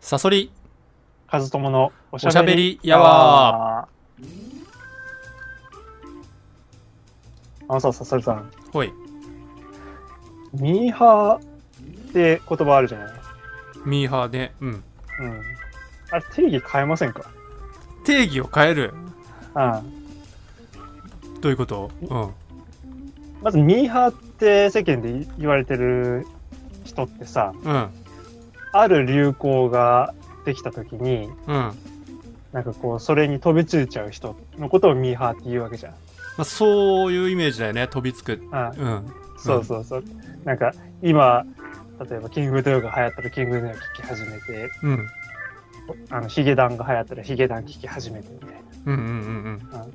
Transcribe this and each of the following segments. サソリカズトモのおおしゃべりやわーあのさ、ささるさん、ほいミーハーって言葉あるじゃないミーハーでうんうん。あれ、定義変えませんか定義を変えるうん。どういうことうんまず、ミーハーって世間で言われてる人ってさ、うんある流行ができたときうに、んまなんかこう、それに飛びついちゃう人のことをミーハーって言うわけじゃん。あ、そういうイメージだよね飛びつくうん。うんそうそうそう。なんか、今、例えば、キングヌーが流行ったらキングヌー聞き始めて、うんあのヒゲダンが流行ったらヒゲダン聞き始めてみたいうんうんうんうんな。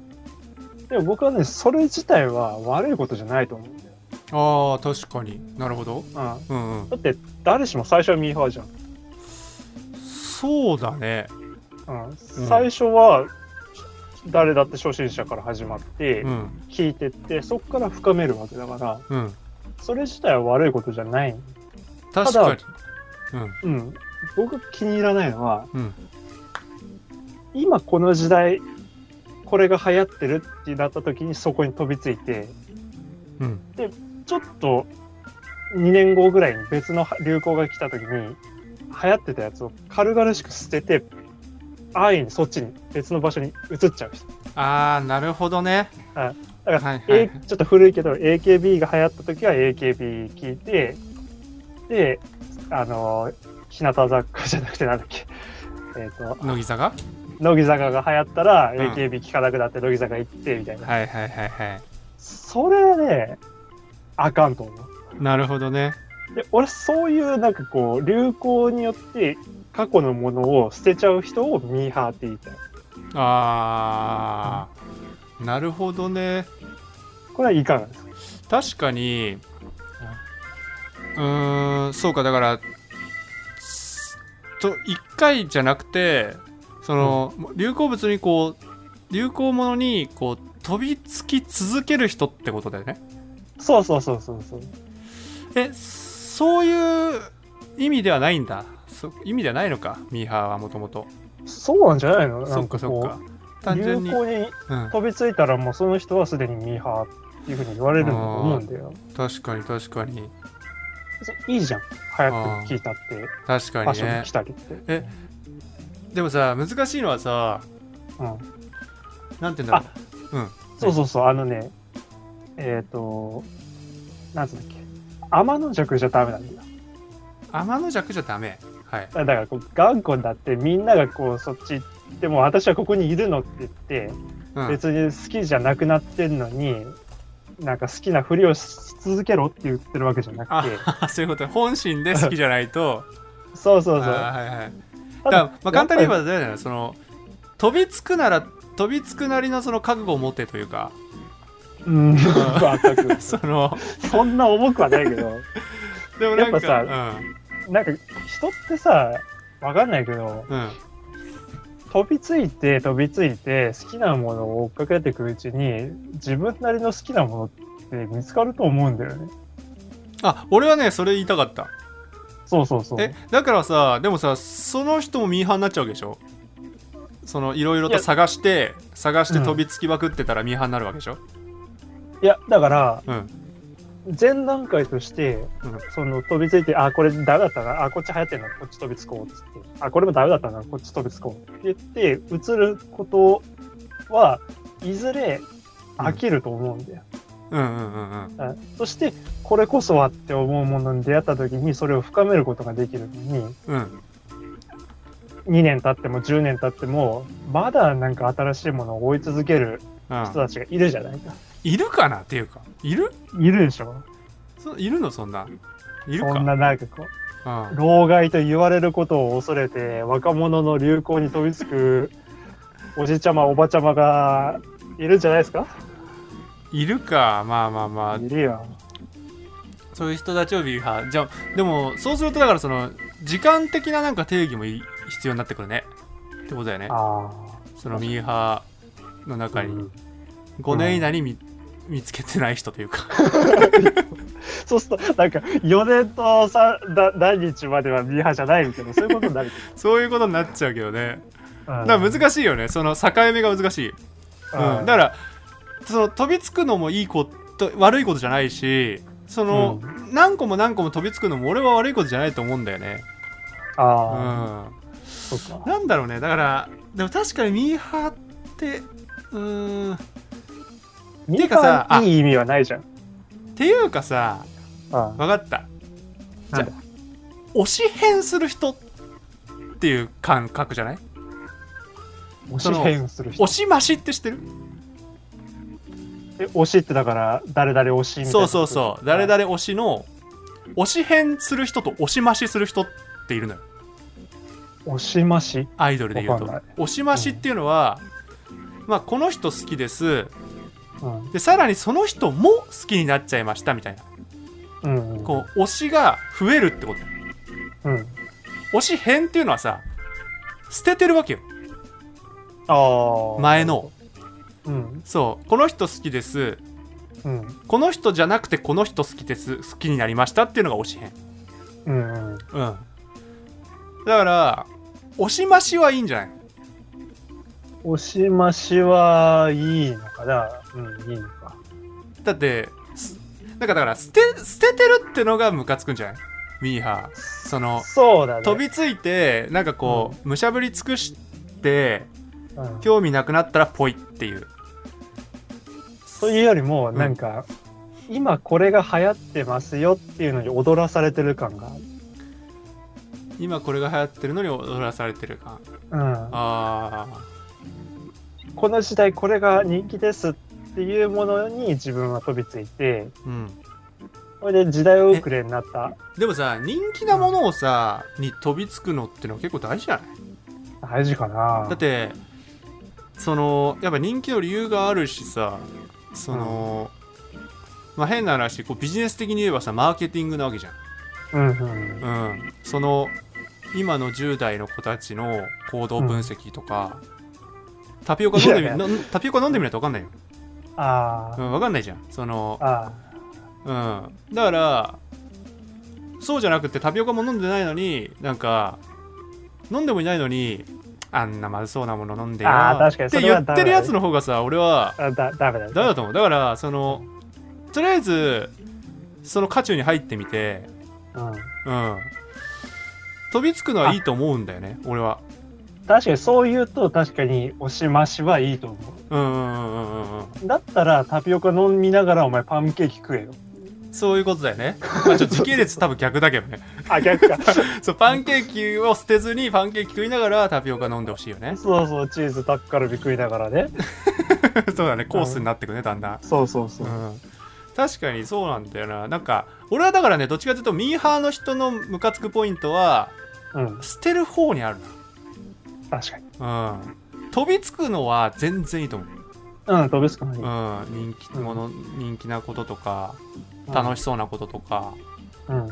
でも僕はね、それ自体は悪いことじゃないと思うんだよ。ああ確かになるほどうん、だうんうんって誰しも最初はミーハーじゃそうだねん。うん、最初は誰だって初心者から始まってうん聞いてってそこから深めるわけだかうらんそれ自体は悪いことじゃない。確かにうんうん、僕が気に入らないのは、うん今この時代これが流行ってるってなった時にそこに飛びついてうんちょっと2年後ぐらいに別の流行が来た時に流行ってたやつを軽々しく捨てて安易にそっちに別の場所に移っちゃう人ああなるほどねはいはいだはいえちょっと古いけど AKB が流行った時は AKB 聞いてであの日向坂じゃなくてなんだっけえっ、と乃木坂乃木坂が流行ったらうん AKB 聞かなくなって乃木坂行ってみたいな、はいはいはいはそれはねあかんと思ういなるほどねで俺そういうなんかこう流行によって過去のものを捨てちゃう人をミーハーって言いたいああなるほどねこれはいかがですか確かにうーんそうかだからすと一回じゃなくてその、流行物にこう流行ものにこう飛びつき続ける人ってことだよねそうそうそうそうそうえそういう意味ではないんだそ意味ではないのかミーハーはもともとそうなんじゃないのなそっんかかそっこかう単純に、流行にうん、飛びついたらもうその人はすでにミーハーっていうふうに言われるんだと思うんだよ確かに確かに別にいいじゃん流行ってる聞いたって確フかァッにションねに来たりって、でもさ難しいのはさうん、なんて言うんだろううんそうそうそう、あのね、えっ、と、なんつうんだっけ、天の弱じゃダメなんだよ。天の弱じゃダメはいだからこう、頑固になって、みんながこう、そっち行って、もう私はここにいるのって言って、うん別に好きじゃなくなってんのに、なんか好きなふりをし続けろって言ってるわけじゃなくて、あそういうこと本心で好きじゃないとそう そうあそう。ーはいはいただかだら、まあ、簡単に言えばだよねその飛びつくなら飛びつくなりのその覚悟を持てというかうん、全 く。そのそんな重くはないけど、でもなんかやっなんか人ってさ、わかんないけど、うんうん飛びついて飛びついて好きなものを追っかけていくうちに自分なりの好きなものって見つかると思うんだよねあ俺はねそれ言いたかったそうそうそうえだからさでもさその人もミーハーになっちゃうわけでしょそのいろいろいとや探して探してうん飛びつきまくってたらミーハーになるわけでしょいやだからうん前段階として、うんその飛びついてあこれダメだったなあこっち流行ってんなこっち飛びつこうっつってあこれもダメだったなこっち飛びつこうって言って移ることはいずれ飽きると思うんだよ、うんうんうんうんうんそしてこれこそはって思うものに出会った時にそれを深めることができるのに、うん2年経っても10年経ってもまだなんか新しいものを追い続けるうん人たちがいるじゃないか、いるかなっていうかいるいるでしょそいるのそんないるかそんななんかこうんう老害と言われることを恐れて若者の流行に飛びつくおじちゃまおばちゃまがいるんじゃないですかいるかまあまあまあいるよそういう人たちをミーハーじゃあでもそうするとだからその時間的ななんか定義もい必要になってくるねってことだよねあそのミーハーのあ、中にうん5年以内にみ、見つけてない人というか そうすると、なんか、4年とさだ何日まではミーハーじゃないみたいな、そういうことになる。そういうことになっちゃうけどねうん だから難しいよねその境目が難しい、うん、だからその飛びつくのもいいこと悪いことじゃないしその、何個も何個も飛びつくのも俺は悪いことじゃないと思うんだよねうんああ、そうか。なんだろうねだからでも確かにミーハーってうーんってミていーうかさハーあいい意味はないじゃん。いうかさあ分かったあなんだ推し変する人っていう感覚じゃない推そしの変する人推。し増しって知ってるえ推しってだから、誰々推しみたいな。そうそうそう誰だ々推しの推し変する人と推し増しする人っているのよ推し増しアイドルで言うとわかんない推し増しっていうのは、まあこの人好きですうん。でさらにその人も好きになっちゃいましたみたいなうんうん。こう推しが増えるってことうん。推し変っていうのはさ捨ててるわけよああ。前のうん。そうこの人好きですうん。この人じゃなくてこの人好きです好きになりましたっていうのが推し変うん。ううん。んだから推し増しはいいんじゃない推し増しはいいのかな。うん、いいのか。だってすなんかだから捨て捨ててるってのがムカつくんじゃないミーハーそのそうだね。飛びついてなんかこうむしゃぶり尽くしてうん興味なくなったらぽいっていうというよりも、なんか、今これが流行ってますよっていうのに踊らされてる感が今これが流行ってるのに踊らされてる感ある。あーうん、この時代これが人気ですっていうものに自分は飛びついて、うんそれで時代遅れになった。でもさ人気なものをさに飛びつくのってのは結構大事じゃない大事かな。だってそのやっぱ人気の理由があるしさその、まあ変な話こうビジネス的に言えばさマーケティングなわけじゃうんうん。ん、うん、その今の10代の子たちの行動分析とか、タピオカ飲んでみいやなタピオカ飲んでみないと分かんないよ、あうーん、分かんないじゃんそのあうんだからそうじゃなくてタピオカも飲んでないのになんか飲んでもいないのにあんなまずそうなもの飲んでよあー確かにってそれ言はってるやつの方がさ俺はーあ、だ、だめだね。ダメだと思うだからそのとりあえずその渦中に入ってみてうん。うん飛びつくのはいいと思うんだよね俺は確かにそう言うと確かに押し増しはいいと思うんうんうんうんうんう。だったらタピオカ飲みながらお前パンケーキ食えよ。そういうことだよね、まあ、ちょっと時系列多分逆だけどね あ、逆か。そうパンケーキを捨てずにパンケーキ食いながらタピオカ飲んでほしいよねそうそう、チーズタッカルビ食いながらね。 そうだねコースになってくねだんだんそうそうそうう。ん確かにそうなんだよななんか俺はだからねどっちかというとミーハーの人のムカつくポイントはうん、捨てる方にあるな確かに。うん、飛びつくのは全然いいと思う、うん、飛びつくのうに。ん、人気もの、人気なこととか楽しそうなこととか、うん。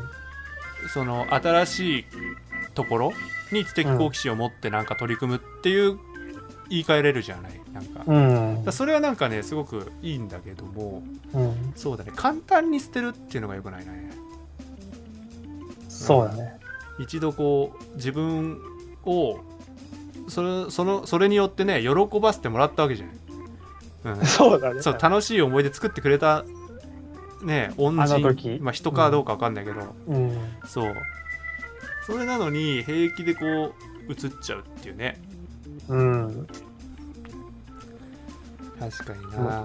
その新しいところに知的好奇心を持ってなんか取り組むっていう言い換えれるじゃないなんか,、だかうん。らそれはなんかねすごくいいんだけどもうん。そうだね簡単に捨てるっていうのが良くないねそうだね。一度こう自分をそれそのそれによってね喜ばせてもらったわけじゃない、 うん、そうだね。そう楽しい思い出作ってくれたね恩人あの時まあ、人かどうかわかんないけど、うん。そうそれなのに平気でこう映っちゃうっていうねうん。確かにな、うん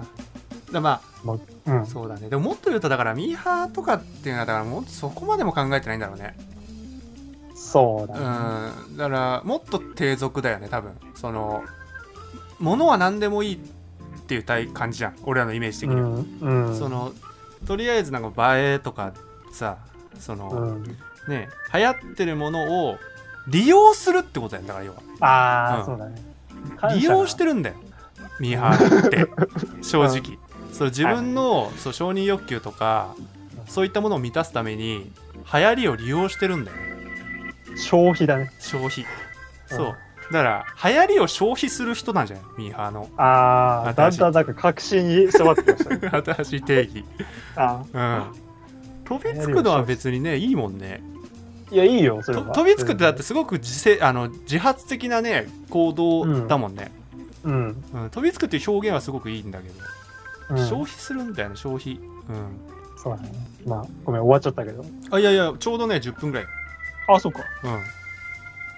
だからまうんあ。そうだねでももっと言うとだからミーハーとかっていうのはだからもっとそこまでも考えてないんだろうねそううだんね。だからもっと低俗だよね多分そのものは何でもいいっていう体感じじゃん俺らのイメージ的には、うん。うん。そ、のとりあえずなんか映えとかさその、うん。ね流行ってるものを利用するってことやんだから要あうあ、んそうだね。は利用してる。るんだよミーハーって 正直、そう自分の、そう承認欲求とかそういったものを満たすために流行りを利用してるんだよね消費だね。消費、うんそうだから流行りを消費する人なんじゃないミーハーの ああ、だんだんなんか確信に迫ってきましたね。新しい定義あうん飛びつくのは別にねいいもんねーいや、いいよ、それとは。飛びつくってだってすごく自制あの自発的なね行動だもんね、うん。うん飛びつくっていう表現はすごくいいんだけど、うん。消費するんだよね消費うんそうだね。まあ、ごめん、終わっちゃったけど。あいやいやちょうどね10分ぐらいあ、そうか。うん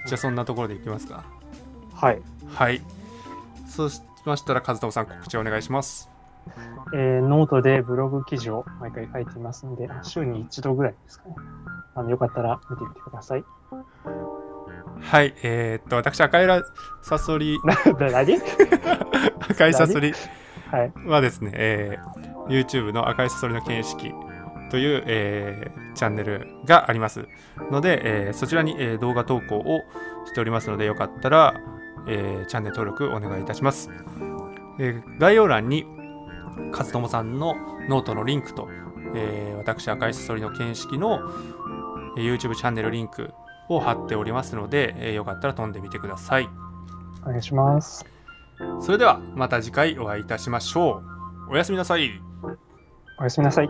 じゃあそんなところでいきますかはい。はいそうしましたら和友さん告知お願いしますえーノートでブログ記事を毎回書いていますので、週に一度ぐらいですかね。あのよかったら見てみてくだ さい。はいえー、っと私赤いらサソリな、な、何 赤いサソリはい。はですね、えー YouTube の赤いサソリの見識という、えーチャンネルがありますので、えーそちらに、えー動画投稿をしておりますので、よかったら、えーチャンネル登録お願いいたします。えー概要欄に、勝友さんのノートのリンクと、えー私、赤いサソリの見識のえー YouTube チャンネルリンクを貼っておりますので、えーよかったら飛んでみてください。お願いします。それでは、また次回お会いいたしましょう。おやすみなさい。おやすみなさい。